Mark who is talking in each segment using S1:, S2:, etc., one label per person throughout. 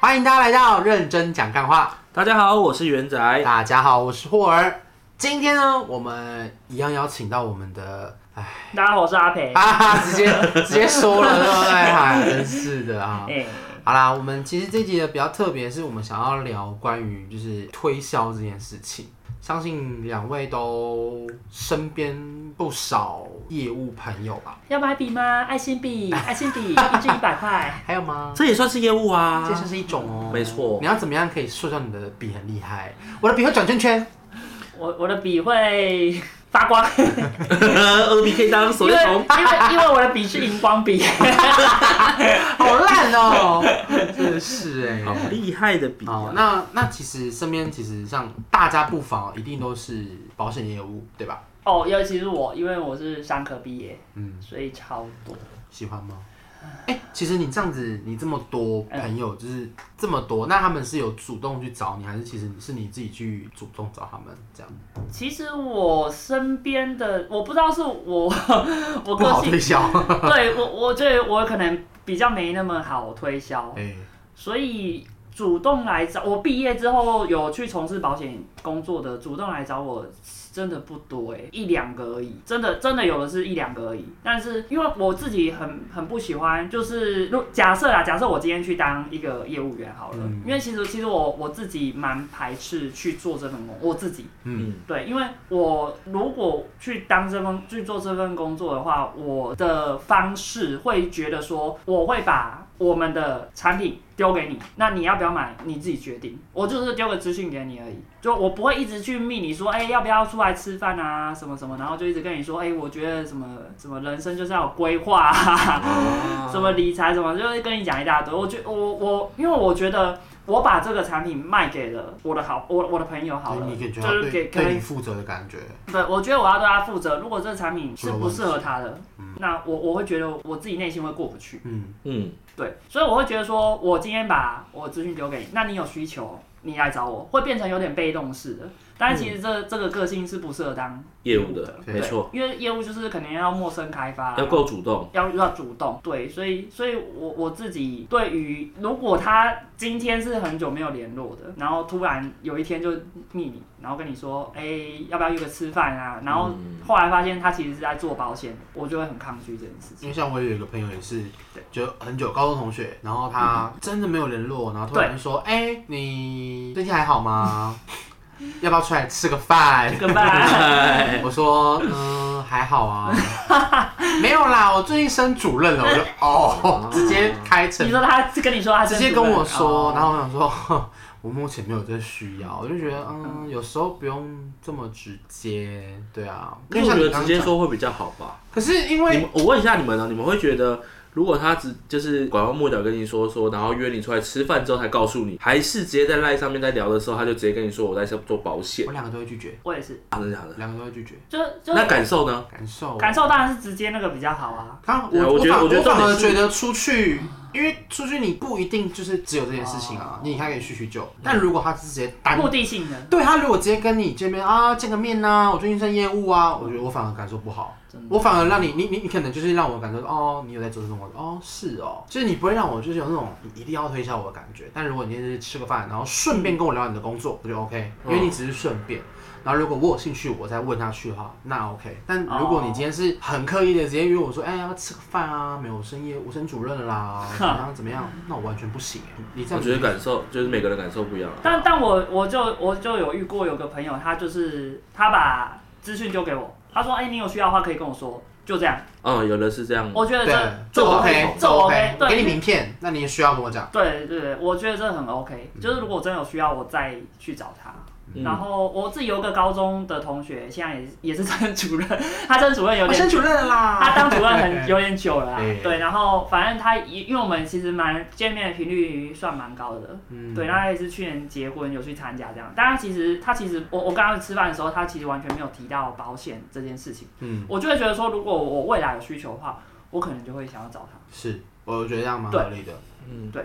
S1: 欢迎大家来到认真讲干话。
S2: 大家好，我是元仔。
S1: 大家好，我是霍儿。今天呢，我们一样邀请到我们的，哎，
S3: 大家好，我是阿培。
S1: 哈哈，直接 直接说了，对不对？哎，真是的啊。
S3: 哎、
S1: 好啦，我们其实这集的比较特别，是我们想要聊关于就是推销这件事情。相信两位都身边不少业务朋友吧？
S3: 要买笔吗？爱心笔， 爱心笔，一支一百块。
S1: 还有吗？
S2: 这也算是业务啊
S1: 这，算是一种哦，
S2: 没错
S1: 你要怎么样可以塑造你的笔很厉害？我的笔会转圈圈，
S3: 我我的笔会发 光，
S2: 二 B 可以当手
S3: 因
S2: 电
S3: 为
S2: 筒。
S3: 因为因为我的笔是荧光笔。
S1: 好烂哦！ 真的是哎、
S2: 好厉害的笔、
S1: 好
S2: 啊，，
S1: 那那其实身边其实像大家不妨一定都是保险业务，对吧？
S3: 哦，尤其是我，因为我是商科毕业，
S1: 嗯，
S3: 所以超多。
S1: 喜欢吗？哎、其实你这样子，你这么多
S3: 嗯
S1: 朋友，就是这么多，那他们是有主动去找你，还是其实是你自己去主动找他们这样？
S3: 其实我身边的，我不知道是我
S1: 不
S3: 我个
S1: 好
S3: 性，
S1: 推 销。
S3: 对我我觉得我可能比较没那么好推销，
S1: 哎、
S3: 所以主动来找我毕业之后有去从事保险工作的，主动来找我真的不多哎、一两个而已，真的真的有的是一两个而已。但是因为我自己很很不喜欢，就是如假设啦，假设我今天去当一个业务员好了，
S1: 嗯
S3: 因为其实其实我我自己蛮排斥去做这份工，我自己
S1: 嗯，
S3: 对，因为我如果去当这份去做这份工作的话，我的方式会觉得说，我会把我们的产品丢给你，那你要不要买，你自己决定。我就是丢个资讯给你而已，就我不会一直去命你说，哎、要不要出来吃饭啊，什么什么，然后就一直跟你说，哎、我觉得什么什么人生就是要有规划、啊， 什么理财什么，就是跟你讲一大堆。我觉我我，因为我觉得。我把这个产品卖给了我的好，我我的朋友好了，
S1: 你感觉
S3: 就
S1: 到
S3: 是
S1: 对
S3: 给可能
S1: 对你负责的感觉，
S3: 对，我觉得我要对他负责。如果这个产品是不适合他的，那我我会觉得我自己内心会过不去。
S1: 嗯，
S2: 嗯，
S3: 对，所以我会觉得说，我今天把我资讯丢给你，那你有需求，你来找我，会变成有点被动式的。但是其实这、
S1: 嗯
S3: 这个个性是不适合当
S2: 业务
S3: 务
S2: 的，
S3: 对
S2: 没错，，
S3: 因为业务就是可能要陌生开发，啊
S2: 要够主动。
S3: 要要主动，对，所以所以我我自己对于如果他今天是很久没有联络的，然后突然有一天就密你，然后跟你说，哎、要不要约个吃饭啊？
S1: 嗯
S3: 然后后来发现他其实是在做保险，我就会很抗拒这件事情。
S1: 因 为像我有一个朋友也是
S3: 对，
S1: 就很久高中同学，然后他真的没有联络，然后突然就说，哎、你最近还好吗？ 要不要出来吃个饭？
S3: Goodbye，
S2: 哎，
S1: 我说，嗯、还好啊， 没有啦，我最近升主任了，我就哦，直接开成
S3: 你说他跟你说他
S1: 直
S3: 真
S1: 接跟我说，
S3: 哦
S1: 然后我想说， 哼我目前没有这需要，我就觉得，嗯，有时候不用这么直接，对啊，
S2: 那
S1: 因为
S2: 我
S1: 像
S2: 觉
S1: 你
S2: 得
S1: 刚刚
S2: 直接
S1: 讲，
S2: 说会比较好吧。
S1: 可是因
S2: 你
S1: 为
S2: 们，我问一下你们呢，啊你们会觉得，如果他只就是拐弯抹角跟你说说，然后约你出来吃饭之后才告诉你，还是直接在 line 上面在聊的时候，他就直接跟你说我在做保险，
S1: 我两个都会拒绝，
S3: 我也是，
S2: 真的假的？
S1: 两个都会拒绝，
S3: 就就
S2: 那感受呢？
S1: 感受，
S3: 感受当然是直接那个比较好啊。
S1: 刚
S2: 对啊
S1: 我
S2: 我觉得
S1: 反
S2: 我觉得
S1: 反
S2: 重
S1: 而
S2: 点是
S1: 觉得出去，因为出去你不一定就是只有这件事情啊，你还可以叙叙旧，但如果他是直接单
S3: 目的性的，
S1: 对他如果直接跟你见面啊，见个面呐、我最近在业务啊，我觉
S2: 嗯
S1: 得我反而感受不好
S3: 真，
S1: 我反而让你你你你可能就是让我感受到哦，你有在做这种活动哦，是哦，就是你不会让我就是有那种你一定要推销我的感觉。但如果你就是吃个饭，然后顺便跟我聊你的工作，我就 OK，因为
S2: 嗯
S1: 你只是顺便。然后如果我有兴趣，我再问下去的话，那 OK。但如果你今天是很刻意的直接约我说，哎，要不要吃个饭啊？没有，我升业务，我升主任了 啦，怎么样怎么样？那我完全不行哎，你这
S2: 我
S1: 样
S2: 觉得感受就是每个人感受不一样啊。
S3: 但但我我就我就有遇过有个朋友，他就是他把资讯丢给我，他说：“哎、你有需要的话可以跟我说。”就这样，
S2: 嗯，有的是这样，
S3: 我觉得
S1: 对
S3: 这，
S1: 这
S3: 我
S1: OK，
S3: 这我
S1: OK，我
S3: 对，
S1: 给你
S3: 因为
S1: 名片，那你也需要跟我讲。
S3: 对对对，我觉得这很 OK，就是如果真的有需要，我再去找他。
S2: 嗯
S3: 然后我自己有个高中的同学，现在也是也是升主任， 他升主任有
S1: 我
S3: 点
S1: 升主任啦，
S3: 他当主任 很有点久了啦
S1: 啊
S3: 啊
S1: 对，
S3: 对，然后反正他一因为我们其实蛮见面的频率算蛮高的，
S1: 嗯
S3: 对，那他也是去年结婚有去参加这样，但他其实他其实我我刚刚吃饭的时候，他其实完全没有提到保险这件事情，
S1: 嗯，
S3: 我就会觉得说，如果我未来有需求的话，我可能就会想要找他，
S1: 是，我觉得这样蛮合理的。
S2: 嗯，
S3: 对，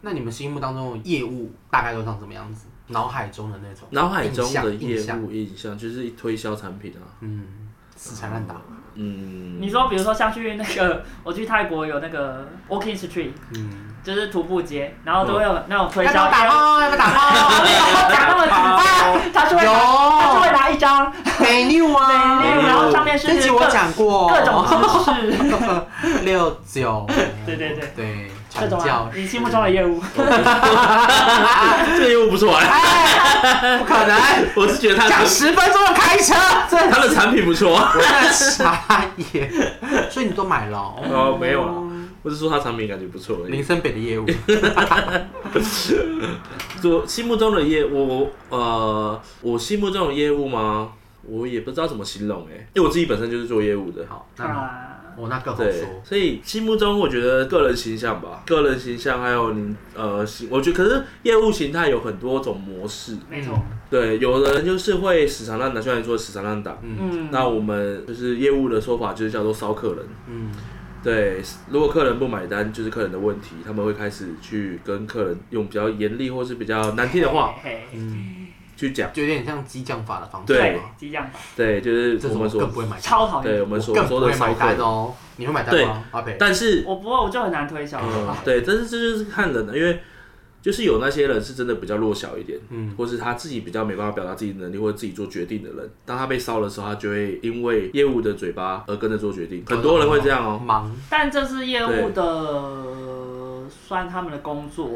S1: 那你们心目当中的业务大概都长什么样子？脑海中的那种
S2: 脑海中的
S1: 印
S2: 业
S1: 象
S2: 务印象就是推销产品啊，
S1: 嗯，死缠烂打，
S2: 嗯，
S3: 你说，比如说像去那个，我去泰国有那个 Walking Street，
S1: 嗯，
S3: 就是徒步街，然后都会有那种推
S1: 要不
S3: 销
S1: 要打
S3: 员，
S1: 包？要不要打包？
S3: 讲那么直白，他就会拿，他就会
S1: 有
S3: 拿一张
S1: 美妞啊，
S3: 啊美女，然后上面是
S1: 这集我
S3: 各
S1: 讲过，
S3: 各种知识，
S1: 六九，
S3: 对对对
S1: 对，
S3: 各
S1: 传
S3: 种啊
S1: 教，
S3: 你心目中的 业务，
S2: 这个业务不错啊，
S1: 哎， 不可能，
S2: 我是觉得 他
S1: 讲
S2: 的
S1: 十分钟就开车，这
S2: 他的产品不错。
S1: 我在傻眼，所以你都买了哦，
S2: 哦，没有啦，我是说他产品感觉不错而已
S1: 林。森北的 业务，
S2: 我心目中的业，我呃，我心目中的业务吗？我也不知道怎么形容哎、因为我自己本身就是做业务的。
S1: 好，那你
S3: 啊，
S1: 我那更好
S2: 对
S1: 说，，
S2: 所以心目中我觉得个人形象吧，个人形象还有你呃，形我觉得可是业务形态有很多种模式，
S3: 没错，
S2: 对，有的人就是会死缠烂打，虽然说死缠烂打，
S1: 嗯
S3: 嗯，
S2: 那我们就是业务的说法就是叫做骚客人。
S1: 嗯
S2: 对，如果客人不买单，就是客人的问题，他们会开始去跟客人用比较严厉或是比较难听的话
S3: 嘿，嘿
S1: 嗯，
S2: 去讲。
S1: 就有点像激将法的方式，
S2: 对
S3: 激将法，
S2: 对，就是
S1: 这种
S2: 我们
S1: 我
S2: 所
S1: 更不会买，
S3: 超讨
S2: 对
S3: 厌，
S2: 我们所
S1: 更不
S2: 说的
S1: 会
S2: 骚
S1: 买
S2: 客
S1: 单
S2: 人。
S1: 哦，你会买单吗？阿北，
S2: 但是，
S3: 我不会，我就很难推销，
S2: 嗯，对，但是这就是看人啊的，因为就是有那些人是真的比较弱小一点，
S1: 嗯
S2: 或是他自己比较没办法表达自己的能力，或者自己做决定的人，当他被烧的时候，他就会因为业务的嘴巴而跟着做决定。很多人会这样哦、
S1: 忙，
S3: 但这是业务的，算他们的工作，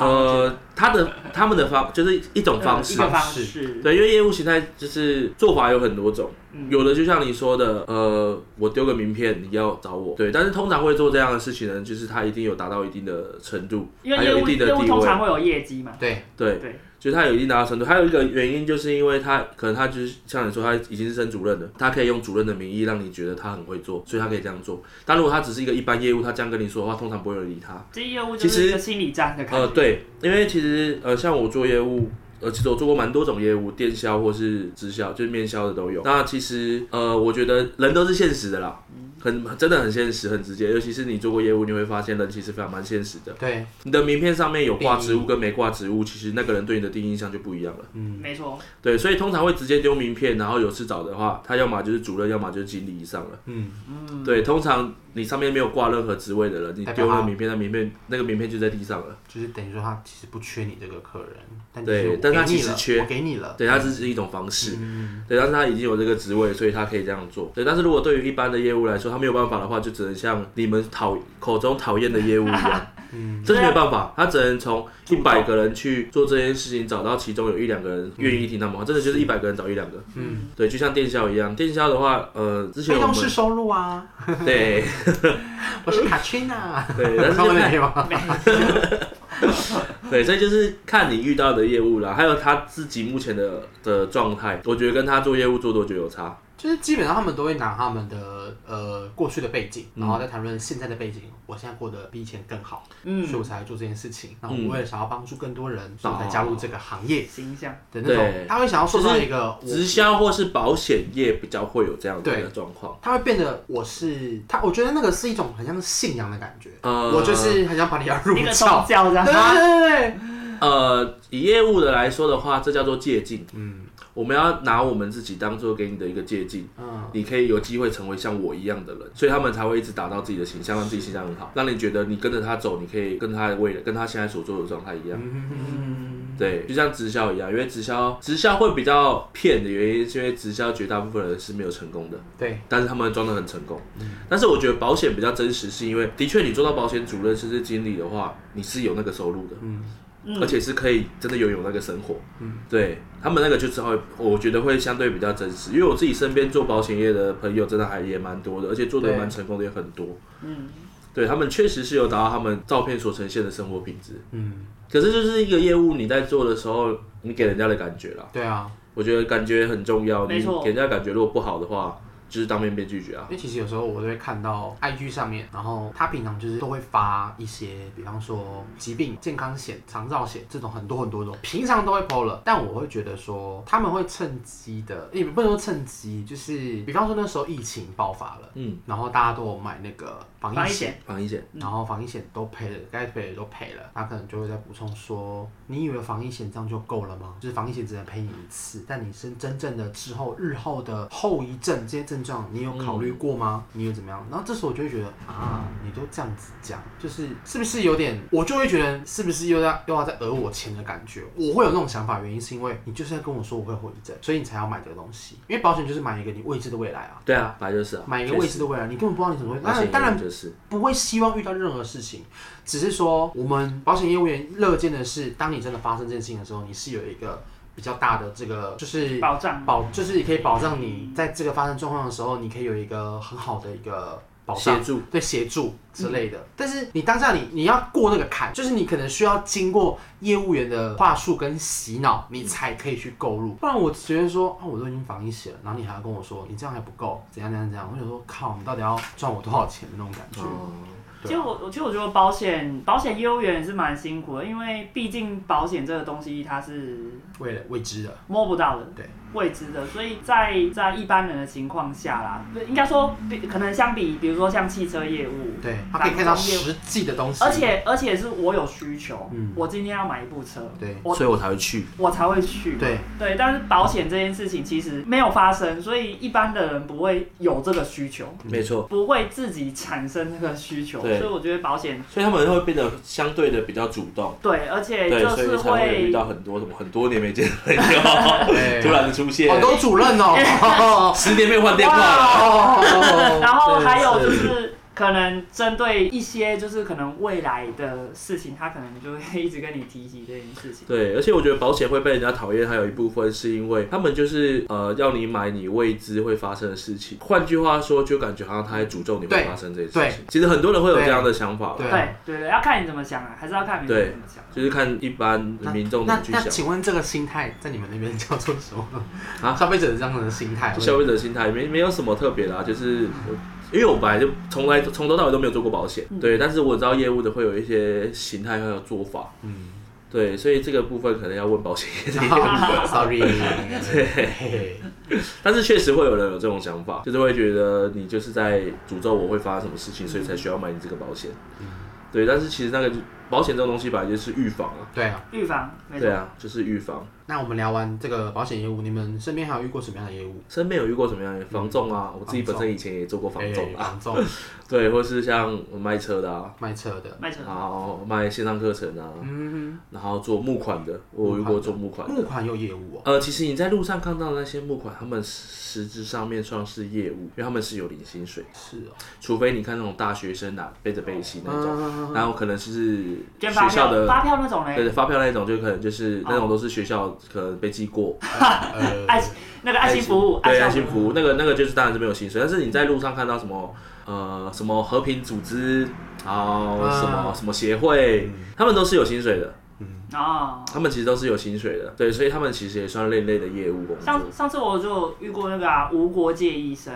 S2: 呃，他的他们的方就是一种 方
S1: 呃
S3: 一
S2: 式
S3: 个，方
S1: 是
S3: 式，
S2: 对，因为业务形态就是做法有很多种，
S3: 嗯
S2: 有的就像你说的，呃，我丢个名片，你要找我，对。但是通常会做这样的事情的人，就是他一定有达到一定的程度，
S3: 因
S2: 还
S3: 为业
S2: 有一
S3: 务
S2: 定的
S3: 业务
S2: 地
S3: 通常
S2: 位，
S3: 会有业绩嘛，
S1: 对，
S2: 对，
S3: 对，
S2: 就是他有一定达到程度。还有一个原因，就是因为他可能他就是像你说，他已经是升主任了，他可以用主任的名义让你觉得他很会做，所以他可以这样做。但如果他只是一个一般业务，他这样跟你说的话，通常不会有人理他。
S3: 这业务就是一个心理战的感
S2: 呃，
S3: 觉，
S2: 对，因为其实呃，像我做业务。呃，其实我做过蛮多种业务，电销或是直销，就是面销的都有。那其实呃，我觉得人都是现实的啦，
S1: 嗯
S2: 很真的很现实，很直接。尤其是你做过业务，你会发现人其实非常蛮现实的。
S1: 对，
S2: 你的名片上面有挂职务跟没挂职务，其实那个人对你的第一印象就不一样了。
S1: 嗯，
S3: 没错，
S2: 对，所以通常会直接丢名片，然后有事找的话，他要么就是主任，要么就是经理以上了。
S1: 嗯，
S2: 对，通常你上面没有挂任何职位的人，你
S1: 代表
S2: 丢了
S1: 他
S2: 名片，那名片那个名片就在地上了。
S1: 就是等于说他其实不缺你这个客人，但
S2: 对
S1: 就是我
S2: 但他
S1: 给你
S2: 其实
S1: 了
S2: 缺
S1: 我给你了，
S2: 对，它只是一种方式。
S1: 嗯，
S2: 对，但是他已经有这个职位，所以他可以这样做。对，但是如果对于一般的业务来说，他没有办法的话，就只能像你们讨口中讨厌的业务一样，
S1: 嗯，
S2: 这是没有办法。他只能从一百个人去做这件事情，找到其中有一两个人愿意听他们话，真的就是一百个人找一两个。
S1: 嗯，
S2: 对，就像电销一样，电销的话，呃，之前
S1: 被
S2: 我
S1: 动式
S2: 们
S1: 收入啊，
S2: 对
S1: 我是卡啊翠娜，
S2: 对， 但是
S1: 看过
S2: 就
S1: 那
S2: 看
S1: 个吗？
S2: 对，所以就是看你遇到的业务啦，还有他自己目前的的状态，我觉得跟他做业务做多久有差。
S1: 就是基本上他们都会拿他们的呃过去的背景，
S2: 嗯
S1: 然后再谈论现在的背景，我现在过得比以前更好，所以
S3: 嗯，
S1: 我才来做这件事情。那我
S2: 嗯哦
S1: 为了想要帮助更多人，所以我才加入这个行业
S3: 形象，
S1: 的那种
S2: 对，
S1: 他会想要塑造一个我
S2: 直销或是保险业比较会有这样子
S1: 对
S2: 的状况。
S1: 他会变得我是他，我觉得那个是一种很像信仰的感觉，
S2: 呃，
S1: 我就是很想把你拉入
S3: 那个宗
S1: 教，
S3: 教这
S1: 对
S3: 样，
S1: 对对对，
S2: 呃，以业务的来说的话，这叫做借镜。
S1: 嗯
S2: 我们要拿我们自己当做给你的一个借镜，
S1: 嗯，
S2: 你可以有机会成为像我一样的人，所以他们才会一直打造自己的形象，让自己形象很好，让你觉得你跟着他走，你可以跟他的未来，跟他现在所做的状态一样。
S1: 嗯
S2: 对，就像直销一样，因为直销直销会比较骗的原因，是因为直销绝大部分人是没有成功的。
S1: 对，
S2: 但是他们装的很成功。但是我觉得保险比较真实，是因为的确你做到保险主任甚至经理的话，你是有那个收入的，
S1: 嗯
S3: 嗯
S2: 而且是可以真的拥有那个生活。
S1: 嗯
S2: 对他们那个就稍微，我觉得会相对比较真实，因为我自己身边做保险业的朋友真的还也蛮多的，而且做的
S1: 对
S2: 蛮成功的也很多。
S3: 嗯，
S2: 对他们确实是有达到他们照片所呈现的生活品质，
S1: 嗯，
S2: 可是就是一个业务你在做的时候，你给人家的感觉啦，
S1: 对啊，
S2: 我觉得感觉很重要。
S3: 没
S2: 你
S3: 错
S2: 给人家感觉如果不好的话，就是当面被拒绝啊
S1: 因。为其实有时候我都会看到 IG 上面，然后他平常就是都会发一些，比方说疾病、健康险、长照险这种很多很多种，平常都会 PO 了。但我会觉得说他们会趁机的，也不能说趁机，就是比方说那时候疫情爆发了，
S2: 嗯，
S1: 然后大家都有买那个防
S3: 防
S1: 疫
S3: 疫
S1: 险。
S3: 险
S2: 防疫险，
S1: 然后防疫险都赔了，该赔的都赔了，他可能就会再补充说：“你以为防疫险这样就够了吗？就是防疫险只能赔你一次，但你是真正的之后日后的后遗症这些症状，你有考虑过吗？你有怎么样？”然后这时候我就会觉得啊，你都这样子讲，就是是不是有点，我就会觉得是不是又要又要再讹我钱的感觉？我会有那种想法，原因是因为你就是在跟我说我会有后遗症，所以你才要买这个东西，因为保险就是买一个你未知的未来啊。
S2: 对啊，本来就是啊，
S1: 买一个
S2: 确
S1: 未
S2: 实
S1: 知的未来，你根本不知道你怎么会。
S2: 保
S1: 当
S2: 险
S1: 然，当然
S2: 业务就是
S1: 不会希望遇到任何事情，只是说我们保险业务员乐见的是，当你真的发生这件事情的时候，你是有一个比较大的这个就是
S3: 保障。
S1: 保，就是可以保障你在这个发生状况的时候，你可以有一个很好的一个保障
S2: 协。助，
S1: 对协助之类的，但是你当下你你要过那个坎，就是你可能需要经过业务员的话术跟洗脑，你才可以去购入。不然我觉得说啊，我都已经防疫险了，然后你还要跟我说你这样还不够，怎样怎样怎样，我想说靠，你到底要赚我多少钱的那种感
S2: 哦
S1: 觉。
S3: 其实
S2: 啊
S3: 我，我其实我觉得保险保险业务员也是蛮辛苦的，因为毕竟保险这个东西它是
S1: 为了未知的，
S3: 摸不到的，
S1: 对，
S3: 未知的，所以在在一般人的情况下啦，不应该说比可能相比，比如说像汽车业务，
S1: 对，他可以看到实际的东西，
S3: 而且而且是我有需求，
S1: 嗯
S3: 我今天要买一部车，
S1: 对
S3: 我
S2: 所以我才会去。
S3: 我才会去，
S1: 对
S3: 对，但是保险这件事情其实没有发生，所以一般的人不会有这个需求，
S2: 没错，
S3: 不会自己产生这个需求，所
S2: 嗯对
S3: 以我觉得保险
S2: 所以他们会变得相对的比较主动，
S3: 对，而
S1: 哎
S3: 且
S2: 对，
S3: 就
S2: 所
S3: 是
S2: 以才会
S3: 会
S2: 遇到很多什么很多年没见的朋友
S1: 对
S2: 突然的出现
S1: 好，多主任 哦，
S2: 十年没换电话了。
S1: 哇
S3: 然后还有就是，可能针对一些就是可能未来的事情，他可能就会一直跟你提起这件事情。
S2: 对，而且我觉得保险会被人家讨厌，还有一部分是因为他们就是呃，要你买你未知会发生的事情。换句话说，就感觉好像他在诅咒你会
S1: 对
S2: 发生这件
S1: 对
S2: 事情。其实很多人会有这样的想法啦，
S1: 对
S3: 对对对，要看你怎么想啊，还是要看你
S2: 对
S3: 怎么想。啊
S2: 就是看一般民众怎
S1: 那
S2: 么去
S1: 那
S2: 想。
S1: 请问这个心态在你们那边叫做什么？
S2: 啊
S1: 消费者这样的心态
S2: 就，消费者心态没没有什么特别啦，就是我因为我本来就从来从头到尾都没有做过保险，
S1: 嗯
S2: 对，但是我知道业务的会有一些形态还有做法，
S1: 嗯
S2: 对，所以这个部分可能要问保险 业
S1: ，sorry，
S2: 但是确实会有人有这种想法，就是会觉得你就是在诅咒我会发生什么事
S1: 嗯
S2: 情，所以才需要买你这个保险。对，但是其实那个就保险这种东西本来就是预防啊，
S1: 对啊。
S3: 预防，没
S2: 对
S3: 错。
S2: 啊，就是预防。
S1: 那我们聊完这个保险业务，你们身边还有遇过什么样的业务？
S2: 身边有遇过什么样的防重啊？我自己本身以前也做过防重
S1: 嗯哎
S2: 啊，
S1: 房仲、
S2: 对，或是像我卖车的啊，
S1: 卖车的，
S3: 卖车
S2: 然后卖线上课程啊，
S1: 嗯，
S2: 然后做募款的，我有遇过做募款的。
S1: 募款有业务哦，
S2: 呃，其实你在路上看到的那些募款，他们实实质上面算是业务，因为他们是有领薪水，
S1: 是哦，
S2: 除非你看那种大学生啊，背着背心那种，
S1: 嗯
S2: 然后可能就是
S3: 捐发
S2: 学校
S3: 票，
S2: 的
S3: 发票那种嘞，
S2: 对发票那种，就可能就是那种都是学校可能被记过
S1: 呃，
S3: 爱那啊个爱心服务，
S2: 对爱
S3: 心
S2: 心服务，那个那个就是当然是没有薪水，但是你在路上看到什么呃什么和平组织，然后
S1: 啊嗯
S2: 什么什么协会，他们都是有薪水的，
S3: 哦。
S2: 他们其实都是有薪水的，对，所以他们其实也算另类的业务工作，
S3: 上上次我就遇过那个啊无国界医生，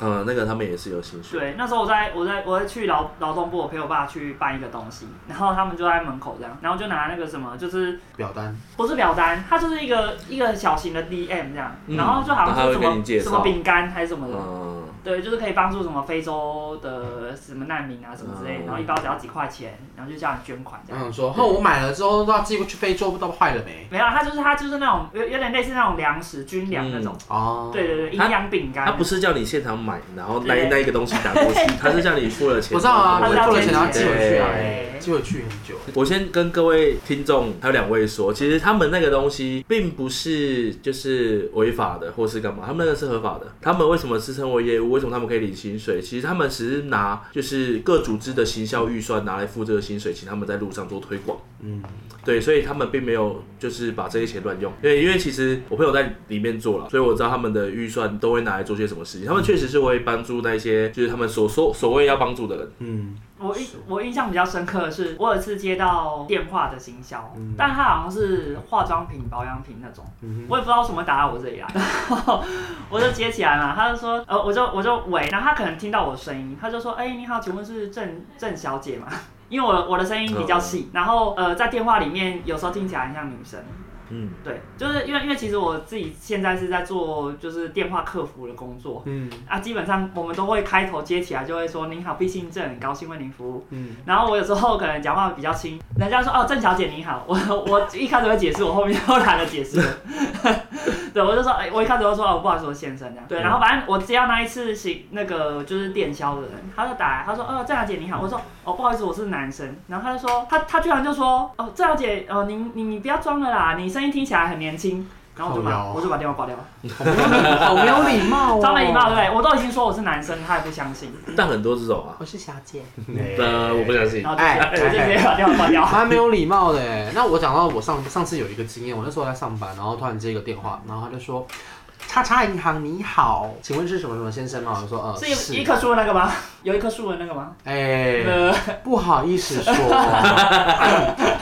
S2: 嗯、那个他们也是有薪水，
S3: 对，那时候我在我在我在去劳劳动部，我陪我爸去办一个东西，然后他们就在门口这样，然后就拿那个什么，就是
S1: 表单，
S3: 不是表单，它就是一个一个小型的 DM 这样，
S2: 嗯
S3: 然后就好像是
S2: 然后他会
S3: 什
S2: 给你
S3: 么
S2: 介绍
S3: 什么饼干还是什么的，
S2: 嗯，
S3: 对，就是可以帮助什么非洲的什么难民啊什么之类的，
S2: 嗯
S3: 然后一包只要几块钱，然后就叫你捐款这
S1: 我
S3: 样。
S1: 想说，哦，我买了之后都要寄过去非洲，不知道坏了没？
S3: 没有，它就是它就是那种有有点类似那种粮食军粮那种，
S1: 哦，
S3: 对对对，营
S2: 嗯它
S3: 养饼干。
S2: 他不是叫你现场买，然后那
S3: 对
S2: 那一个东西打过去，他是叫你付了钱，
S1: 我知道啊，
S3: 他
S1: 我
S3: 是要
S1: 付了钱然后寄回去啊
S3: 对，
S1: 寄回去很久，
S2: 我先跟各位听众还有两位说，其实他们那个东西并不是就是违法的或是干嘛，他们那个是合法的。他们为什么是称为业务？为什么他们可以领薪水？其实他们只是拿就是各组织的行销预算拿来付这个薪水，请他们在路上做推广。
S1: 嗯，
S2: 对，所以他们并没有就是把这些钱乱用，因为因为其实我朋友在里面做了，所以我知道他们的预算都会拿来做些什么事情。他们确实是会帮助那些就是他们所说所谓要帮助的人。
S1: 嗯，
S3: 我印
S1: 是
S3: 我印象比较深刻的是，我有一次接到电话的行销，
S1: 嗯
S3: 但它好像是化妆品、保养品那种，
S1: 嗯
S3: 我也不知道为什么打到我这里来， 然后我就接起来嘛，他就说，呃，我就我就喂，然后他可能听到我的声音，他就说，哎、你好，请问是郑郑小姐吗？ 因为我的我的声音比较
S2: 哦
S3: 细，然后呃，在电话里面有时候听起来很像女生，
S2: 嗯，
S3: 对，就是因为因为其实我自己现在是在做就是电话客服的工作
S1: 嗯
S3: 啊，基本上我们都会开头接起来就会说，您好，毕姓郑，很高兴为您服务，
S1: 嗯，
S3: 然后我有时候可能讲话比较轻，人家说哦郑小姐你好， 我我一开始会解释，我后面又懒得解释了。 对，我就说哎、我一开始就说哦不好意思，我先生这
S1: 嗯
S3: 样。对，然后反正我接到那一次行那个就是电销的人，他就打来，他说哦郑小姐你好，我说哦不好意思，我是男生。然后他就说他他居然就说哦郑小姐哦你你你不要装了啦，你声音听起来很年轻。然后我就
S1: 靠
S3: 把
S1: 腰
S3: 我就把电话挂掉了，
S1: 好没有礼好没有礼貌哦，
S3: 装了一骂对不对？我都已经说我是男生，他也不相信，
S2: 但很多这种啊，
S4: 我是小 姐，
S1: 嗯
S2: 呃，我不相信
S3: 然。后就
S1: 哎
S3: 直接我就直接把电话挂掉。
S1: 蛮没有礼貌的欸。那我讲到我上上次有一个经验，我那时候在上班，然后突然接一个电话，然后他就说：“叉叉银行你好，请问是什么什么先生吗？”我说：“呃，
S3: 是有一
S1: 是。
S3: 棵树的那个吗？有一棵树的那个吗？”
S1: 哎，
S3: 呃，
S1: 不好意思 说，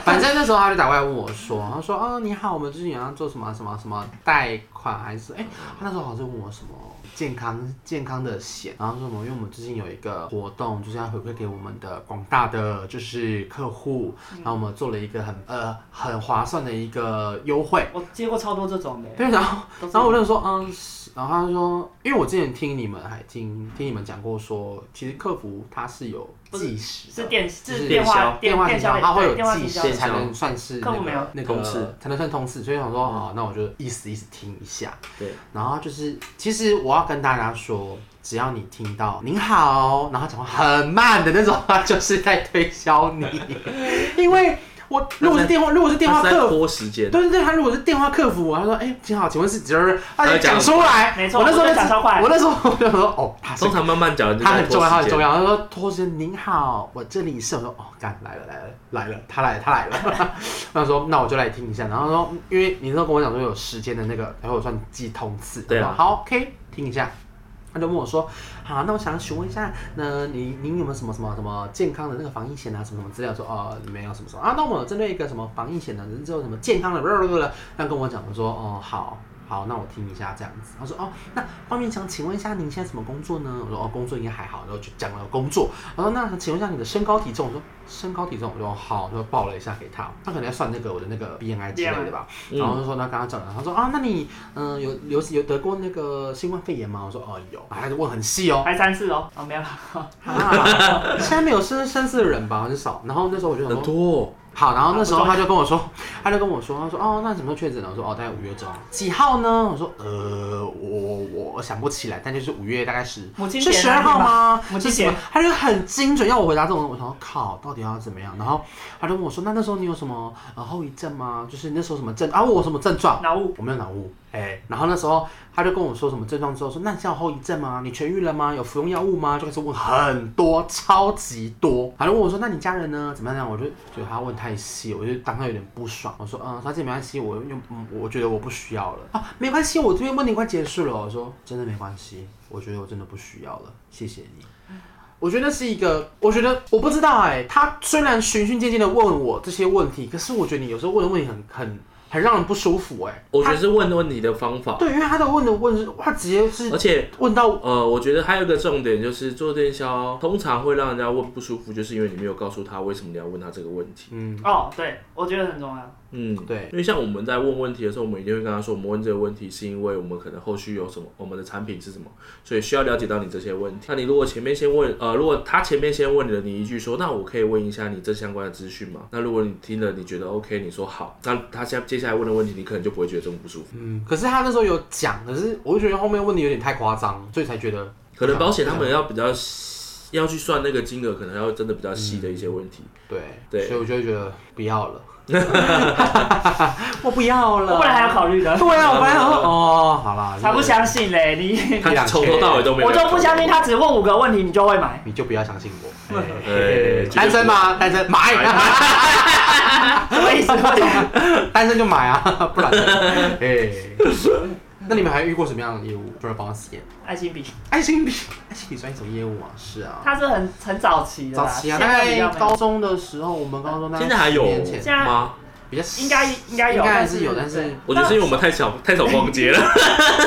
S1: 反正那时候他就打过来问我说：“他说啊、你好，我们最近要做什么什么什么贷款还是哎、他那时候好像是问我什么健康健康的险，然后说什么，因为我们最近有一个活动，就是要回馈给我们的广大的就是客户，
S3: 嗯
S1: 然后我们做了一个很呃很划算的一个优惠。”
S3: 我接过超多这种的，
S1: 对，然后。
S3: 都是
S1: 然后我就说，嗯，是然后他就说，因为我之前听你们还听听你们讲过说，其实客服它是有
S3: 不是
S1: 计时的，
S3: 是电
S1: 就是是
S3: 电话
S1: 电
S3: 话
S1: 话
S3: 电
S1: 行销，
S3: 的
S1: 它会有
S3: 对电话
S1: 计
S3: 行销
S1: 时才能算是
S3: 客
S1: 那
S3: 户没有
S1: 个那个
S2: 通识嗯
S1: 才能算通识，所以想说啊，那我就意思意思听一下。
S2: 对，
S1: 然后就是，其实我要跟大家说，只要你听到“您好”，然后讲话很慢的那种，他就是在推销你， 因为我如果是电话，如果是电话
S2: 他是在
S1: 客服。
S2: 拖时间，
S1: 对对对，他如果是电话客服，我他说，哎、请好，请问是几人？他
S2: 他
S1: 就
S2: 就讲
S1: 讲出来，
S3: 没错
S1: 我那时候
S3: 我就讲超快
S1: 我那时候我就说，哦，他是
S2: 通常慢慢讲，
S1: 他很重要，他很重
S2: 要。
S1: 要。他说拖时间，您好，我这里是，我说哦，干来了来了来了，他来了他来了。 他说那我就来听一下，然后说嗯因为你那时候跟我讲说有时间的那个，然后我算记通次，
S2: 对啊
S1: 我说好，OK，听一下。他就问我说：“好，那我想询问一下，那您您有没有什么什么什么健康的那个防疫险啊，什么什么资料？说哦，你没有什么什么啊？那我们有针对一个什么防疫险的，只有什么健康的，不不不，那跟我讲，我说哦，好好，那我听一下这样子。他说哦，那方便想请问一下您现在什么工作呢？我说哦，工作应该还好，然后就讲了工作。他说那请问一下你的身高体重？我说身高体重，我说哦好，就报了一下给他。他可能要算那个我的那个 BMI 之类的吧。哦
S2: 嗯
S1: 然后就说那刚刚讲了，他说啊，那你嗯、呃有有有得过那个新冠肺炎吗？我说哦有，啊他就问很细哦。
S3: 还三次哦，哦没有了，
S1: 啊，现在没有生生四个人吧，很少。然后那时候我就想说
S2: 很多
S1: 好，然后那时
S3: 啊
S1: 候
S3: 不
S1: 他就跟我说，他就跟我说，他说哦，那你什么时候确诊的？我说哦，大概五月中。几号呢？我说呃，我我想不起来，但就是五月大概十，
S3: 母亲节
S1: 是十二号吗？
S3: 母
S1: 是
S3: 亲
S1: 什
S3: 节
S1: 么？他就很精准要我回答这种，我想说靠，到底要怎么样？然后他就问我说，那那时候你有什么呃后遗症吗？就是那时候什么症啊？问我什么症状？
S3: 脑雾，
S1: 我没有脑雾，哎、然后那时候他就跟我说什么症状之后说，那你现在有后遗症吗？你痊愈了吗？有服用药物吗？就开始问很多，超级多。他就问我说，那你家人呢？怎么样？我就觉得他问太细，我就当他有点不爽。我说，嗯，小姐没关系，我用，嗯我觉得我不需要了啊，没关系，我这边问题快结束了。我说，真的没关系，我觉得我真的不需要了，谢谢你。我觉得是一个，我觉得我不知道哎、他虽然循序渐进的问我这些问题，可是我觉得你有时候问的问题很很很让人不舒服哎、
S2: 我觉得是问问题的方法，
S1: 对，因为他的问的问是，他直接是
S2: 而且
S1: 问到
S2: 呃，我觉得还有一个重点就是做电销，通常会让人家问不舒服，就是因为你没有告诉他为什么你要问他这个问题。
S1: 嗯，
S3: 哦对，我觉得很重要，
S2: 嗯，
S1: 对
S2: 因为像我们在问问题的时候，我们一定会跟他说，我们问这个问题是因为我们可能后续有什么，我们的产品是什么，所以需要了解到你这些问题。那你如果前面先问，呃，如果他前面先问了你一句说，那我可以问一下你这相关的资讯吗？那如果你听了你觉得 OK，你说好，那他下接下来问的问题，你可能就不会觉得这么不舒服。
S1: 嗯，可是他那时候有讲，可是我就觉得后面问的有点太夸张，所以才觉得
S2: 可能保险他们要比较要去算那个金额，可能要真的比较细的一些问题。
S1: 对
S2: 对
S1: 所以我就会觉得不要 了，我不要
S3: 我
S1: 了，
S3: 本来还有考虑的，
S1: 对啊，我本来想说哦，好啦，
S3: 才不相信嘞，你
S2: 他从头到尾都没有。
S3: 我就不相信他只问五个问题你就会买，
S1: 你就不要相信我，
S2: 哎
S1: 单身？吗？单身买，
S3: 什么意思？
S1: 单身就买啊，不然呢哎，那你们还遇过什么样的业务？除了保险，
S3: 爱心笔，
S1: 爱心笔，爱心笔算一种业务吗？是啊，
S3: 它是很很早期的
S1: 早
S3: 啦，
S1: 期啊，
S3: 现
S1: 大
S3: 在比
S1: 概
S3: 较没有
S1: 高中的时候，我们高中大概
S2: 现在还有
S1: 10年前
S3: 现在
S2: 吗？
S1: 比较
S3: 应该应该有，
S1: 应该还是有，但
S3: 但
S1: 是
S2: 我觉得是因为我们太少太少逛街了。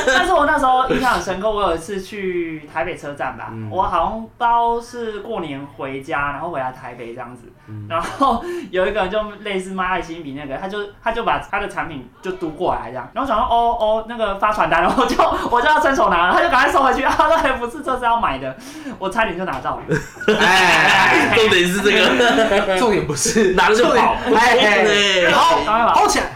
S3: 但是我那时候印象很深刻，我有一次去台北车站吧，
S1: 嗯
S3: 我好像包是过年回家，然后回来台北这样子，然后有一个人就类似卖爱心笔那个，他就他就把他的产品就读过来这样，然后我想说哦哦那个发传单，然后我就 我就要伸手拿了，他就赶快收回去， 啊，那还不是这是要买的，我差点就拿到了，
S1: 哎，
S2: 重点是这个，
S1: 重点不 是
S2: 拿了就
S1: 重点
S2: 跑，
S1: 哎哎，
S2: 对，
S1: 好，
S3: 赶快把
S1: 好起来，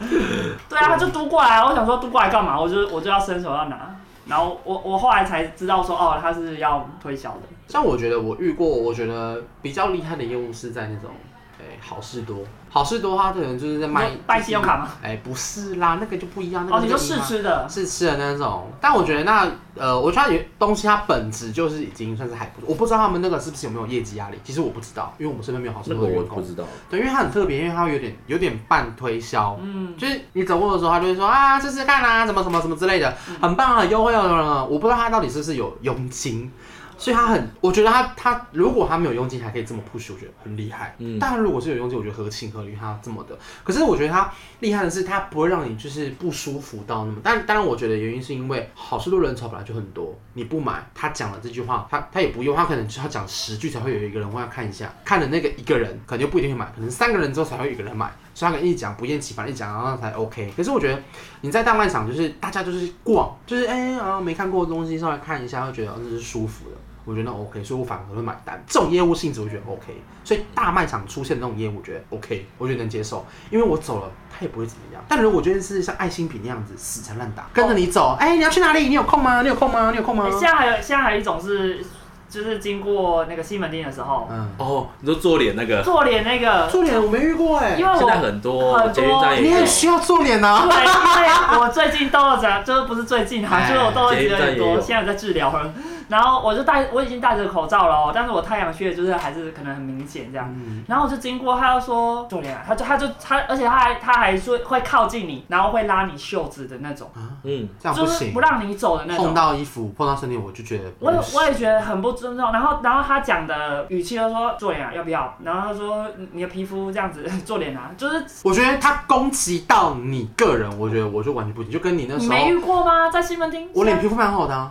S3: 对啊，他就嘟过来，我想说嘟过来干嘛？我就我就要伸手要拿，然后我我后来才知道说哦，他是要推销的。
S1: 像我觉得我遇过，我觉得比较厉害的业务是在那种，哎、好事多，好事多它可能就是在卖
S3: 你说办信用卡吗？
S1: 哎、不是啦，那个就不一样，那
S3: 哦，
S1: 个
S3: 你
S1: 就
S3: 说
S1: 是
S3: 试吃的，
S1: 试吃的那种。但我觉得那呃，我觉得它有东西它本质就是已经算是还不错，我不知道他们那个是不是有没有业绩压力，其实我不知道，因为我们身边没有好事
S2: 那
S1: 多
S2: 个
S1: 的
S2: 我
S1: 员工
S2: 不。知道。
S1: 对，因为它很特别，因为它有点有点半推销，
S3: 嗯，
S1: 就是你走过的时候，他就会说啊，试试看啊，怎么怎么怎么之类的，很棒啊，优惠哦。我不知道他到底是不是有佣金，所以他很，我觉得他他如果他没有佣金还可以这么 push，我觉得很厉害。
S2: 嗯
S1: 但如果是有佣金，我觉得合情合理，他这么的。可是我觉得他厉害的是，他不会让你就是不舒服到那么。但当然，我觉得原因是因为好事多人潮本来就很多，你不买，他讲了这句话，他他也不用，他可能只要讲十句才会有一个人会要看一下，看的那个一个人可能就不一定会买，可能三个人之后才会有一个人买，所以他可能一直讲不厌其烦，一直讲然后才 OK。可是我觉得你在大卖场就是大家就是逛，就是哎啊、没看过的东西上来看一下，会觉得哦这是舒服的。我觉得那 OK，所以我反而会买单。这种业务性质我觉得 OK，所以大卖场出现的那种业务，我觉得 OK，我觉得能接受，因为我走了，他也不会怎么样。但如果今天是像爱心笔那样子死缠烂打，跟着你走，哎、你要去哪里？你有空吗？你有空吗？你有空吗
S3: 欸诶？现在还有现在还有一种是，就是经过那个西门町的时候，
S1: 嗯，
S2: 哦，你说做脸那个，
S3: 做脸那个，
S1: 做脸我没遇过哎、
S3: 因为我
S2: 现在很多
S3: 很多
S2: 捷运站
S1: 你
S2: 也有
S1: 很，需要做脸啊呐、
S3: 对，因为我最近痘子啊，就是不是最近啊，
S1: 哎
S3: 就是我痘子有
S2: 捷运站
S3: 点
S2: 也
S3: 多，
S2: 有
S3: 现在在治疗了。然后我就戴，我已经戴着口罩了哦，但是我太阳穴就是还是可能很明显这样。
S1: 嗯，
S3: 然后我就经过，他就说做脸啊，他就他就他，而且他还他还说会靠近你，然后会拉你袖子的那种，
S2: 嗯，
S1: 这样不
S3: 就是
S1: 行
S3: 不，让你走的那种
S1: 碰。到衣服碰到身体我就觉得不
S3: 我也
S1: 行
S3: 我也觉得很不尊重，然后然后他讲的语气就说做脸啊要不要，然后他说你你的皮肤这样子 做脸啊，就是
S1: 我觉得他攻击到你个人，我觉得我就完全不行，就跟你那
S3: 你
S1: 时
S3: 没
S1: 候
S3: 遇过吗？在西门町，
S1: 我脸皮肤蛮好的、啊，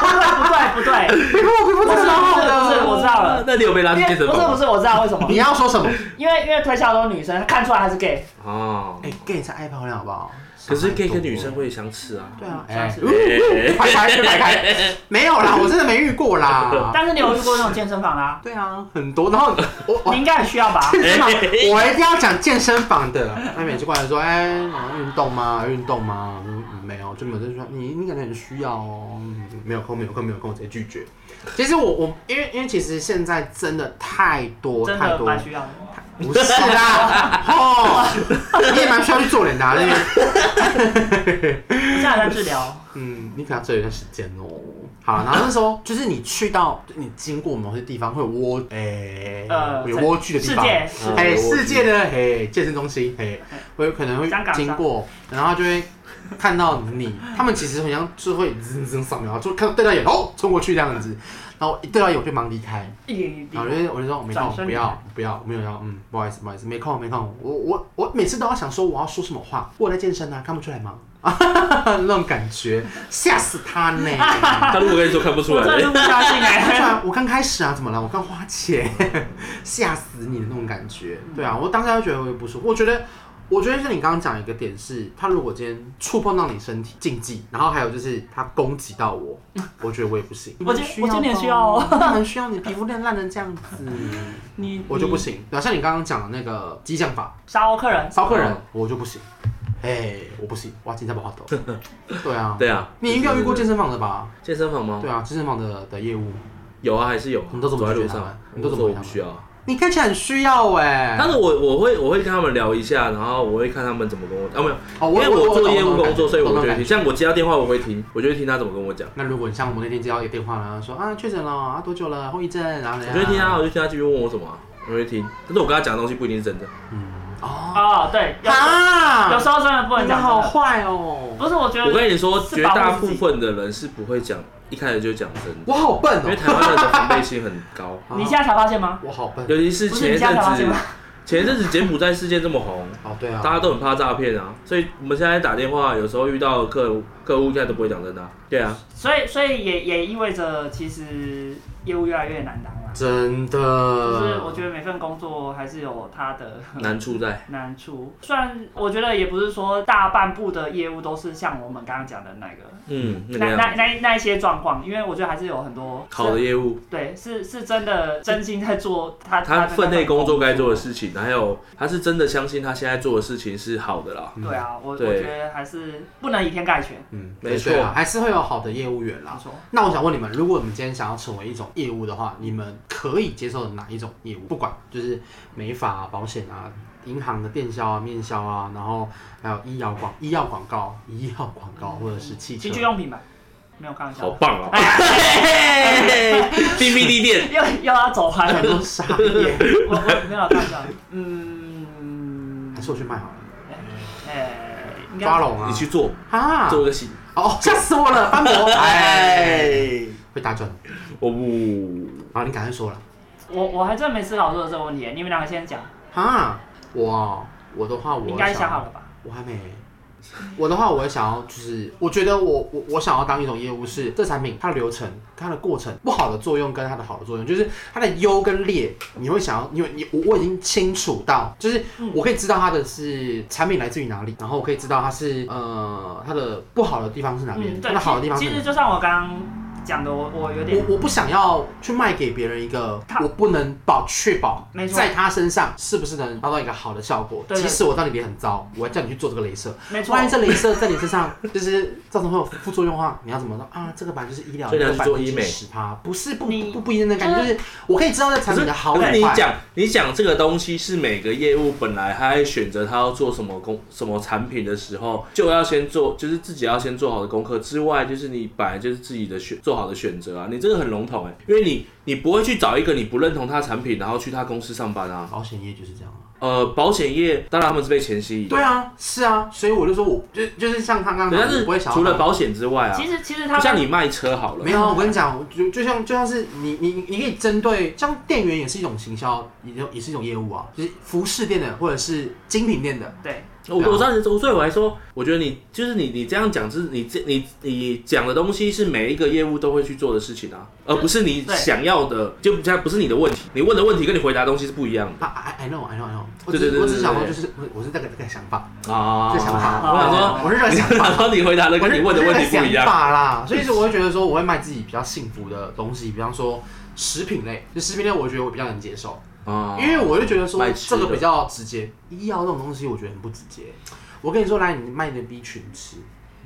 S3: 不对啊不对不 对，
S1: 皮肤我皮肤真的蛮好
S3: 不是
S1: 的。
S3: 我知道了
S2: 那你有被拉去
S3: 因
S2: 健
S3: 为
S2: 身
S3: 不是
S2: 房
S3: 不
S2: 吗？
S3: 是我知道为什么
S1: 你，要说什么？
S3: 因为因为推销都是女生，看出来他是 gay，
S2: 哦，
S1: 哎、g a y 才爱漂亮好不好？
S2: 可是 gay 跟女生会相似啊。
S1: 对啊，
S3: 像
S1: 哎、
S3: 是
S1: 欸，排开排开，没有啦，我真的没遇过 啦。
S3: 但是你有遇过那种健身房啦、
S1: 对啊，很多，然后我我
S3: 你应该很需要吧？
S1: 健身房，我一定要讲健身房的。那每次过来说，哎、啊运动吗？运动吗？嗯嗯没有，就没有。就说你你可能很需要哦，嗯没有空，没有空，没有空，我直接拒绝。其实我我因为因为其实现在真的太多
S3: 真
S1: 太
S3: 的
S1: 多
S3: 蛮需要的。
S1: 不是啦，哦，你也蛮需要去做脸的、啊，那边，
S3: 我现在还在治疗，
S1: 嗯，你可能要这一段时间哦。好，然后那时候就是你去到你经过某些地方会有蜗，哎、
S3: 呃，
S1: 有蜗居的地
S3: 世
S1: 方，
S3: 界
S2: 嗯
S1: 哎，
S2: 有蜗
S1: 世
S2: 居
S1: 界的嘿健身中心，嘿，我有可能会
S3: 香港
S1: 经过，然后就会看到你，他们其实很像就会滋滋扫描，就看到对到眼，哦，冲过去这样子，然后一对到眼我就忙离开，
S3: 一点一
S1: 然后
S3: 滴，
S1: 我就我就说我哦没
S3: 转
S1: 空，
S3: 身
S1: 不要不要，没有要，嗯，不好意思不好意思，没空没空。我我我每次都要想说我要说什么话，我有在健身啊，看不出来吗？ 那种感觉，吓死他呢！
S2: 他如果跟你说看不出
S3: 我
S2: 来
S3: 真的是
S2: 嘞，
S3: 不相信
S1: 看不出
S3: 哎、
S1: 来，我刚开始啊，怎么了？我刚花钱， 吓死你的那种感觉。
S3: 嗯
S1: 对啊，我当下就觉得我不舒服。我觉得，我觉得像你刚刚讲一个点是，他如果今天触碰到你身体禁忌，然后还有就是他攻击到 我，我觉得我也不行。
S3: 我觉得我觉得你也需要哦，
S1: 你很需要你皮肤烂烂的这样子。
S3: 你
S1: 我就不，
S3: 嗯
S1: 行。然后像你刚刚讲的那个激将法，
S3: 你沙鸥客 人，
S1: 骚客人
S2: 嗯，
S1: 我就不行。哎，我不行，哇，今天不好抖。 对啊，
S2: 对啊，
S1: 你应该有遇过
S2: 健
S1: 健身房的吧？
S2: 健身房吗？
S1: 对啊，健身房的的业务，
S2: 有啊，还是有啊。
S1: 你都怎么
S2: 走在
S1: 拒
S2: 路
S1: 绝他们
S2: 上？
S1: 你都怎么
S2: 我
S1: 拒绝他
S2: 说我不
S1: 们
S2: 需要啊？
S1: 你看起来很需要哎。
S2: 但是我我会我会跟他们聊一下，然后我会看他们怎么跟我啊没有，
S1: 哦，
S2: 因为我做业务工作，所以我
S1: 觉
S2: 就会
S1: 得
S2: 听。像我接到电话，我会听，我就会听他怎么跟我讲，
S1: 那如果你像我们那天接到一个电话，然后说啊确诊了啊多久了后遗症，然后
S2: 我
S1: 怎样
S2: 啊就会听他，我就听他继续问我什么啊、我会听。但是我跟他讲的东西不一定是真的，
S1: 嗯，哦，
S3: 哦，对，有时候
S1: 啊，
S3: 有时候真的不能
S1: 你们
S3: 讲
S1: 好
S3: 真的。
S1: 坏哦，
S3: 不是，我觉
S2: 我
S3: 得
S2: 跟你说，
S3: 是
S2: 绝
S3: 保护
S2: 大
S3: 自
S2: 部
S3: 己
S2: 分的人是不会讲，一开始就讲真的，
S1: 我好笨
S2: 因为
S1: 哦，
S2: 台湾人的防备心很高，
S1: 啊
S3: 你现在才发现吗？
S1: 我好笨
S2: 尤其是
S3: 不是
S2: 前
S3: 你
S2: 一
S3: 现
S2: 阵
S3: 在才发现
S2: 子
S3: 吗？，
S2: 前一阵子柬埔寨事件这么红，
S1: 哦，对啊，
S2: 大家都很怕诈骗啊，所以我们现在打电话，有时候遇到客户客户，现在都不会讲真的啊、对啊，
S3: 所以，所以也也意味着，其实业务越来越难当了。
S1: 真的，
S3: 就是我觉得每份工作还是有它的
S2: 难处在
S3: 难处，虽然我觉得也不是说大半部的业务都是像我们刚刚讲的那个
S2: 嗯那个
S3: 那
S2: 样
S3: 那那那一些状况，因为我觉得还是有很多
S2: 好的业务，
S3: 对，是是真的真心在做他
S2: 他
S3: 的那
S2: 分内
S3: 份
S2: 工作该做的。事情，还有他是真的相信他现在做的事情是好的啦。
S3: 对啊，我我
S2: 对
S3: 觉得还是不能以偏概全。
S1: 嗯，
S2: 没错
S1: 对啊，还是会有好的业务员
S3: 没
S1: 啦。
S3: 错，
S1: 那我想问你们，如果你们今天想要成为一种业务的话，你们可以接受哪一种业务？不管就是美发、啊、保险啊、银行的电销啊、面销啊，然后还有医疗广、医药广告、医药广告，或者是汽车
S3: 情。趣用品吧，没有开玩笑
S2: 好
S3: 的。
S2: 棒哦、！DVD 店
S3: 又又要走歪了，
S1: 都傻眼，
S3: 我我没有开玩笑的。嗯
S1: 还，是我去卖好了，
S3: 哎，应该
S1: 抓龙啊
S2: 你，去做
S1: 啊，
S2: 做个型，
S1: 哦，吓死我了，翻博，哎，
S2: 哎，
S1: 会打转，
S2: 我哦不，
S1: 好，你赶快说了，
S3: 我我还真没思考过这个问题，你们两个先讲，
S1: 啊，我哦我的话，我
S3: 应该
S1: 想
S3: 想好了吧？
S1: 我还没。我的话，我会想要就是，我觉得我我我想要当一种业务是，这产品它的流程、它的过程不好的作用跟它的好的作用，就是它的优跟劣，你会想要，你你我我已经清楚到，就是
S3: 嗯
S1: 我可以知道它的是产品来自于哪里，然后我可以知道它是呃它的不好的地方是哪边，
S3: 嗯，
S1: 它
S3: 对，
S1: 的好的地方
S3: 其
S1: 是
S3: 实
S1: 哪
S3: 其实
S1: 里。
S3: 就像我刚刚讲的，我我有点
S1: 我我不想要去卖给别人一个
S3: 它
S1: 我不能保确保
S3: 没错
S1: 在他身上是不是能达到一个好的效果，
S3: 对对
S1: 即使我知道你脸很糟，我要叫你去做这个镭射，
S3: 没错
S1: 万，一哎这镭射在你身上就是造成会有副作用的话，你要怎么说啊？这个版就是医疗，
S2: 所以你要
S1: 这
S2: 去
S1: 个版
S2: 做
S1: 就是
S2: 医美
S1: 十趴，不是不
S3: 你
S1: 不不一定的感觉，就是我可以知道这产品的好
S2: 可是
S1: 与
S2: 你
S1: 坏。
S2: 讲你讲这个东西是每个业务本来他在选择他要做什么工什么产品的时候，就要先做，就是自己要先做好的功课之外，就是你本来就是自己的选做好的选择啊。你这个很笼统哎、因为你你不会去找一个你不认同他的产品，然后去他公司上班啊。
S1: 保险业就是这样啊。
S2: 呃，保险业当然他们是被钱吸引，
S1: 对，啊，是啊，所以我就说我就就是像他刚刚
S2: 但
S1: 讲，我
S2: 是
S1: 不会想要
S2: 除了
S1: 当
S2: 保险之外啊
S3: 其，实其实他
S2: 就
S3: 们
S2: 像你卖车好了哦
S1: 没。有啊，我跟你讲，我就就像就像是你你你你可以针对像店员也是一种行销，也就也是一种业务啊，就是服饰店的或者是精品店的，
S3: 对
S2: 我我知道你，所以我还说，我觉得你就是你，你这样讲是你这你你讲的东西是每一个业务都会去做的事情啊，而不是你
S3: 对
S2: 想要的，就不不是你的问题，你问的问题跟你回答的东西是不一样
S1: 啊 I I know I know I know，我只
S2: 对对对
S1: 我只是
S2: 对
S1: 想说
S2: 对
S1: 就是我我是这个这个想法，
S2: 的啊。
S1: 这想法，
S2: 我想说，
S1: 我是这个
S2: 你
S1: 想法
S2: 然。后你回答的跟你问的问题不一
S1: 想
S2: 样，
S1: 法啦，所以说我会觉得说我会卖自己比较幸福的东西，比方说食品类，就食品类我觉得我比较能接受，
S2: 啊
S1: 因为我就觉得说
S2: 卖吃
S1: 这
S2: 的
S1: 个比较直接。医药这种东西我觉得很不直接。我跟你说，来你卖你的 B 群吃，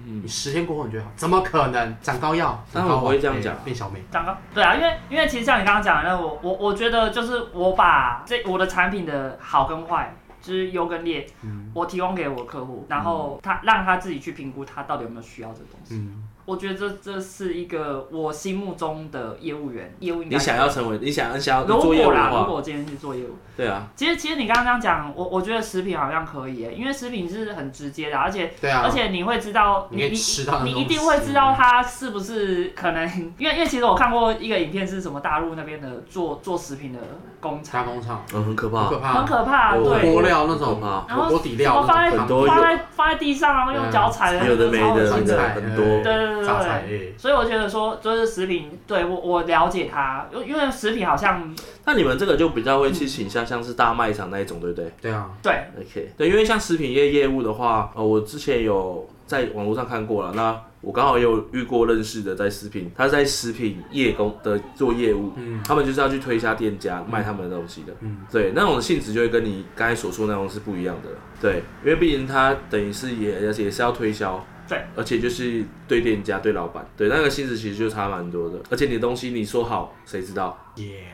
S1: 你十天过后你觉得好，怎么可能长高药？
S2: 当
S1: 长
S2: 然
S1: 高
S2: 嗯我会这样
S1: 哎
S2: 讲
S1: 变小美。
S3: 长高对啊，因为因为其实像你刚刚讲的那我我我觉得就是我把这我的产品的好跟坏。就是优跟劣，
S1: 嗯
S3: 我提供给我客户，然后他让他自己去评估他到底有没有需要这东西。
S1: 嗯，
S3: 我觉得这这是一个我心目中的业务员，业务应该
S2: 你想要成为你想要你想要
S3: 如
S2: 你做业务
S3: 果
S2: 的
S3: 啦，如
S2: 话，
S3: 果我今天去做业务，
S2: 对啊，
S3: 其实其实你刚刚这样讲，我我觉得食品好像可以耶，因为食品是很直接的，而且、
S1: 对啊，
S3: 而且你会知道
S1: 你
S3: 你
S1: 可以
S3: 你
S1: 吃到那
S3: 你
S1: 东
S3: 一定
S1: 西
S3: 会知道它是不是可能， 因为因为其实我看过一个影片是什么大陆那边的做做食品的工
S1: 加
S3: 厂，
S1: 工厂
S2: 嗯，很可
S1: 很
S2: 怕
S1: 可，
S3: 很
S1: 怕，
S3: 可怕，
S2: 我
S3: 对。
S1: 锅料那
S2: 很
S1: 种
S2: 可
S1: 啊，
S2: 怕
S3: 然后
S1: 火锅底
S3: 什
S1: 料
S3: 么放
S1: 那
S3: 在
S1: 种
S2: 很多啊
S3: 放在放在地上，然后用脚踩的，
S2: 有的没的，
S3: 超恶
S2: 真
S3: 心
S2: 的
S1: 菜
S2: 很
S3: 对
S2: 多。
S3: 对对对
S1: 榨
S3: 对
S1: 菜哎嗯
S3: 对。
S1: 类。
S3: 所以我觉得说，就是食品，对我我了解它，因为因为食品好像
S2: 那你们这个就比较会去倾向像是大卖场那一种，对不对？
S1: 对啊，
S3: 对
S2: OK，对，因为像食品业业务的话，呃，我之前有在网络上看过了，那我刚好也有遇过认识的在食品，他在食品业工的做业务，
S1: 嗯
S2: 他们就是要去推销店家卖他们的东西的，
S1: 嗯，
S2: 对，那种性质就会跟你刚才所说那种是不一样的了，对，因为毕竟他等于是也而且也是要推销。
S3: 对，
S2: 而且就是对店家、对老板，对那个性质其实就差蛮多的。而且你的东西你说好，谁知道？
S1: 耶，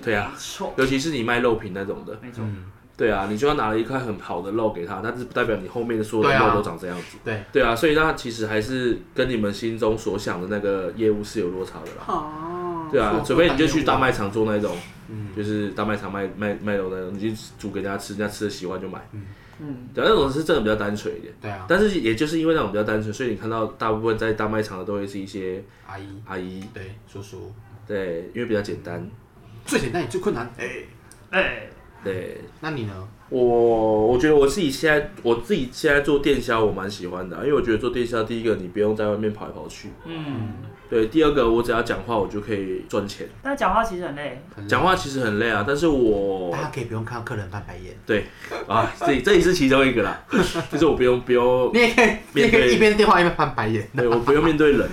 S2: 对啊，
S3: 没错，
S2: 尤其是你卖肉品那种的，
S3: 没错，
S1: 嗯，
S2: 对啊，你就要拿了一块很好的肉给他，但是不代表你后面的所有的
S1: 对啊
S2: 肉都长这样子。
S1: 对
S2: 对啊，所以那其实还是跟你们心中所想的那个业务是有落差的啦。
S1: 哦，
S2: 对啊
S1: 嗯，
S2: 除非你就去大卖场做那种，
S1: 嗯，
S2: 就是大卖场卖卖卖肉那种，你就煮给人家吃，人家吃的喜欢就买。
S3: 嗯，
S2: 对啊，那种是真的比较单纯一点。
S1: 对啊，
S2: 但是也就是因为那种比较单纯，所以你看到大部分在大卖场的都会是一些
S1: 阿姨，
S2: 阿姨，
S1: 对，叔叔，
S2: 对，因为比较简单。
S1: 最简单也最困难。哎，
S3: 哎、
S2: 对
S1: 那你呢？
S2: 我，我觉得我自己现在我自己现在做电销，我蛮喜欢的啊、因为我觉得做电销，第一个你不用在外面跑来跑去，
S3: 嗯，
S2: 对，第二个我只要讲话，我就可以赚钱。
S3: 但讲话其实很累，
S1: 很累
S2: 讲话其实很累啊，但是我
S1: 大家可以不用看到客人翻白眼，
S2: 对啊，这这也是其中一个啦， 就是我不用不用
S1: 你也可以，你也可以一边电话一边翻白眼。
S2: 对，我不用面对人，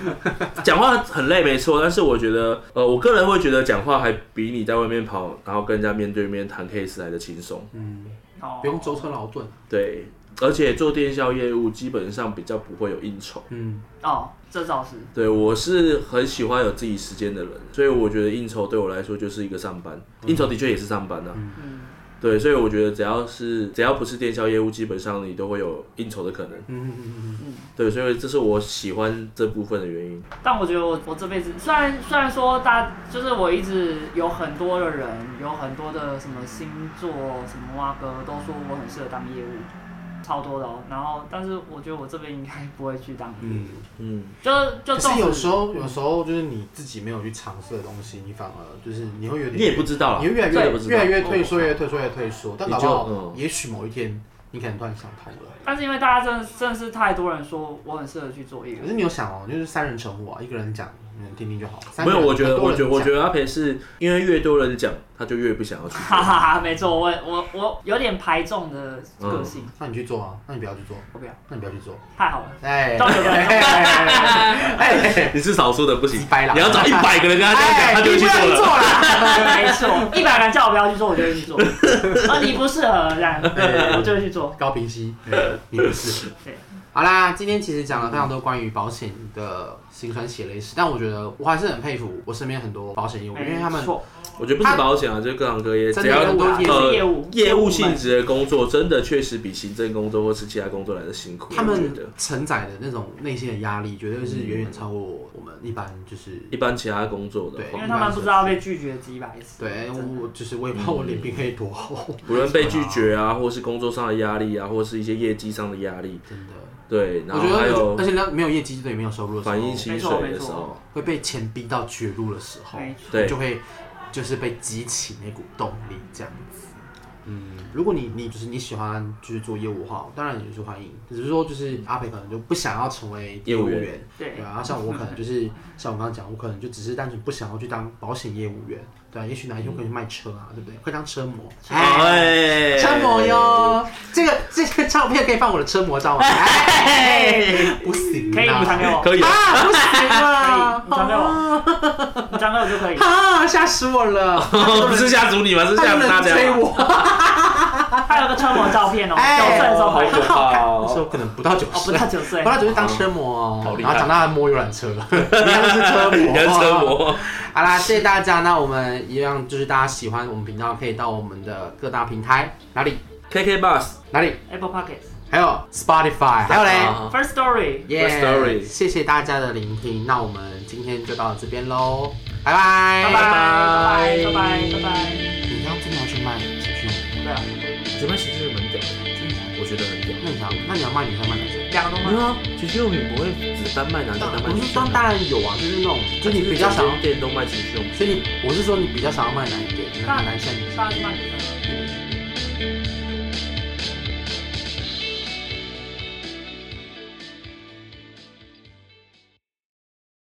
S2: 讲话很累，没错。但是我觉得，呃，我个人会觉得讲话还比你在外面跑，然后跟人家面对面谈 case 来的轻松。
S1: 嗯，
S3: 哦，
S1: 不用舟车劳顿。
S2: 对，而且做电销业务基本上比较不会有应酬。
S1: 嗯，
S3: 哦，这倒是，
S2: 对我是很喜欢有自己时间的人，所以我觉得应酬对我来说就是一个上班。应酬的确也是上班啊。
S3: 嗯，
S2: 对，所以我觉得只要是只要不是电销业务，基本上你都会有应酬的可能。
S1: 嗯嗯嗯
S2: 对，所以这是我喜欢这部分的原因。
S3: 但我觉得我我这辈子虽然虽然说大就是我一直有很多的人，有很多的什么星座什么蛙哥都说我很适合当业务，超多的哦。然后但是我觉得我这边应该不会去当业务，
S1: 嗯。
S2: 嗯，
S3: 就就
S1: 可是有时
S3: 候
S1: 候，有时候就是你自己没有去尝试的东西，你反而就是你会有点，
S2: 你也不知道啦
S1: 你会越来
S2: 真的
S1: 越
S2: 不知道
S1: 越来越退缩，越来越退缩，越来越退缩。但
S2: 你
S1: 搞
S2: 就
S1: 不好
S2: 嗯，
S1: 也许某一天你可能突然想通了。
S3: 但是因为大家真的真的是太多人说我很适合去做业
S1: 可
S3: 务，
S1: 是你有想哦，就是三人成虎啊，一个人讲，你们听听就好。三
S2: 没
S1: 个
S2: 有，
S1: 人
S2: 我觉得，
S1: 很多
S2: 我
S1: 人
S2: 觉得，我
S1: 讲
S2: 觉得阿培是因为越多人讲，他就越不想要去 做。
S3: 哈哈哈，没错，我我我有点排众的个性，
S1: 那你去做啊，那你不要去做，
S3: 我不要，
S1: 那你不要去做。
S3: 太好了，
S1: 哎，
S3: 到底有 没有
S1: 哎哎哎哎，
S2: 你是少数的不行
S1: 几百啦，
S2: 你要找一百个人跟他这样讲，
S1: 哎
S2: 他就会
S1: 你
S2: 去
S1: 不要
S2: 做
S1: 去
S2: 了。
S1: 做啦。
S3: 没错，一百个人叫我不要去做，我就会去做，啊，你不适合这样，我就会去做，
S1: 高平息，你不是
S3: 对。
S1: 好啦，今天其实讲了非常多关于保险的辛酸血泪史，但我觉得我还是很佩服我身边很多保险业务，因为他们
S3: 没哎错
S2: 我觉得不是保险啊，就是各行各业，
S1: 真
S2: 只
S1: 的
S2: 要
S1: 很多业务
S2: 呃
S3: 业务
S2: 业务性质的工作，真的确实比行政工作或是其他工作来的辛苦。
S1: 他
S2: 我觉
S1: 们
S2: 得
S1: 承载的那种内心的压力，绝对是远远超过我们一般就是
S2: 一般其他工作的
S3: 因
S2: 话
S1: 对，
S3: 为他们不知道被拒绝几百次。
S1: 对
S3: 真的
S1: 我就是我也不知道我脸皮可以多厚，
S2: 不论被拒绝啊，或是工作上的压力啊，或是一些业绩上的压力，
S1: 真的。
S2: 对，然
S1: 我
S2: 后
S1: 觉
S2: 还
S1: 得
S2: 有
S1: 而且那没有业绩对没有收入的时
S2: 反映
S1: 候，
S2: 薪水的时候，
S1: 会被钱逼到绝路的时候，
S3: 没错，
S2: 对
S1: 就会就是被激起那股动力这样子。嗯，如果你你就是你喜欢就是做业务的话，当然也是欢迎。只是说就是阿培可能就不想要成为
S2: 业务员
S1: 员
S3: 对
S1: 对啊，然后像我可能就是像我刚刚讲，我可能就只是单纯不想要去当保险业务员，对啊，也许哪一天我可以去卖车啊，
S3: 嗯
S1: 对不对？会当车模，哎，
S2: 哎
S1: 车模，哟，这个这个照片可以放我的车模照吗？哎，不行啊，
S3: 可以你传给我，
S2: 可以啊。
S1: 啊，不行啊，
S3: 可以你传给我你传给我就可以。
S1: 啊，吓死我了，
S2: 哦不是吓阻你吗？是
S1: 他
S2: 吓
S1: 不
S2: 阻大
S1: 能
S2: 家
S1: 追
S2: 吗。
S1: 我。
S3: 还有个车模照片哦，
S1: 哎
S3: 九岁的时候
S2: 好
S3: 拍
S2: 可
S3: 的，
S2: 怕
S1: 那时
S2: 哦！
S1: 候可能不到九
S3: 哦，
S1: 十
S3: 不，到九岁
S1: 不。到九十当车模
S2: 好
S1: 哦，
S2: 厉
S1: 然
S2: 害
S1: 后长大还摸游览 车， 你还是车模，
S2: 你跟车。模，
S1: 好啦，谢谢大家。那我们一样就是大家喜欢我们频道，可以到我们的各大平台哪里
S2: KK Bus，
S1: 哪里，
S3: Apple Pockets、
S1: 还有 Spotify，还有嘞。
S2: 啊
S3: First Story，
S1: 耶
S2: First Story
S1: 谢谢大家的聆听，那我们今天就到这边喽，拜拜
S3: 拜拜拜拜拜拜拜拜。
S1: 你刚刚真的要去卖情趣用品？
S3: 对啊，
S2: 这边其实蛮屌的，
S1: 真的假的
S2: 我觉得很屌。
S1: 那你想，那你要卖女生卖男生？
S3: 两个都
S2: 没有
S3: 吗？
S2: 啊，情趣用品不会只单卖男生单卖
S1: 我
S2: 女
S1: 是
S2: 生
S1: 说
S2: 啊，
S1: 当然有啊，就是那种，就你比较想要
S2: 就是整间店都卖情趣用品。
S1: 所以你，我是说你比较想要卖男给男男生。
S3: 大家去卖女生。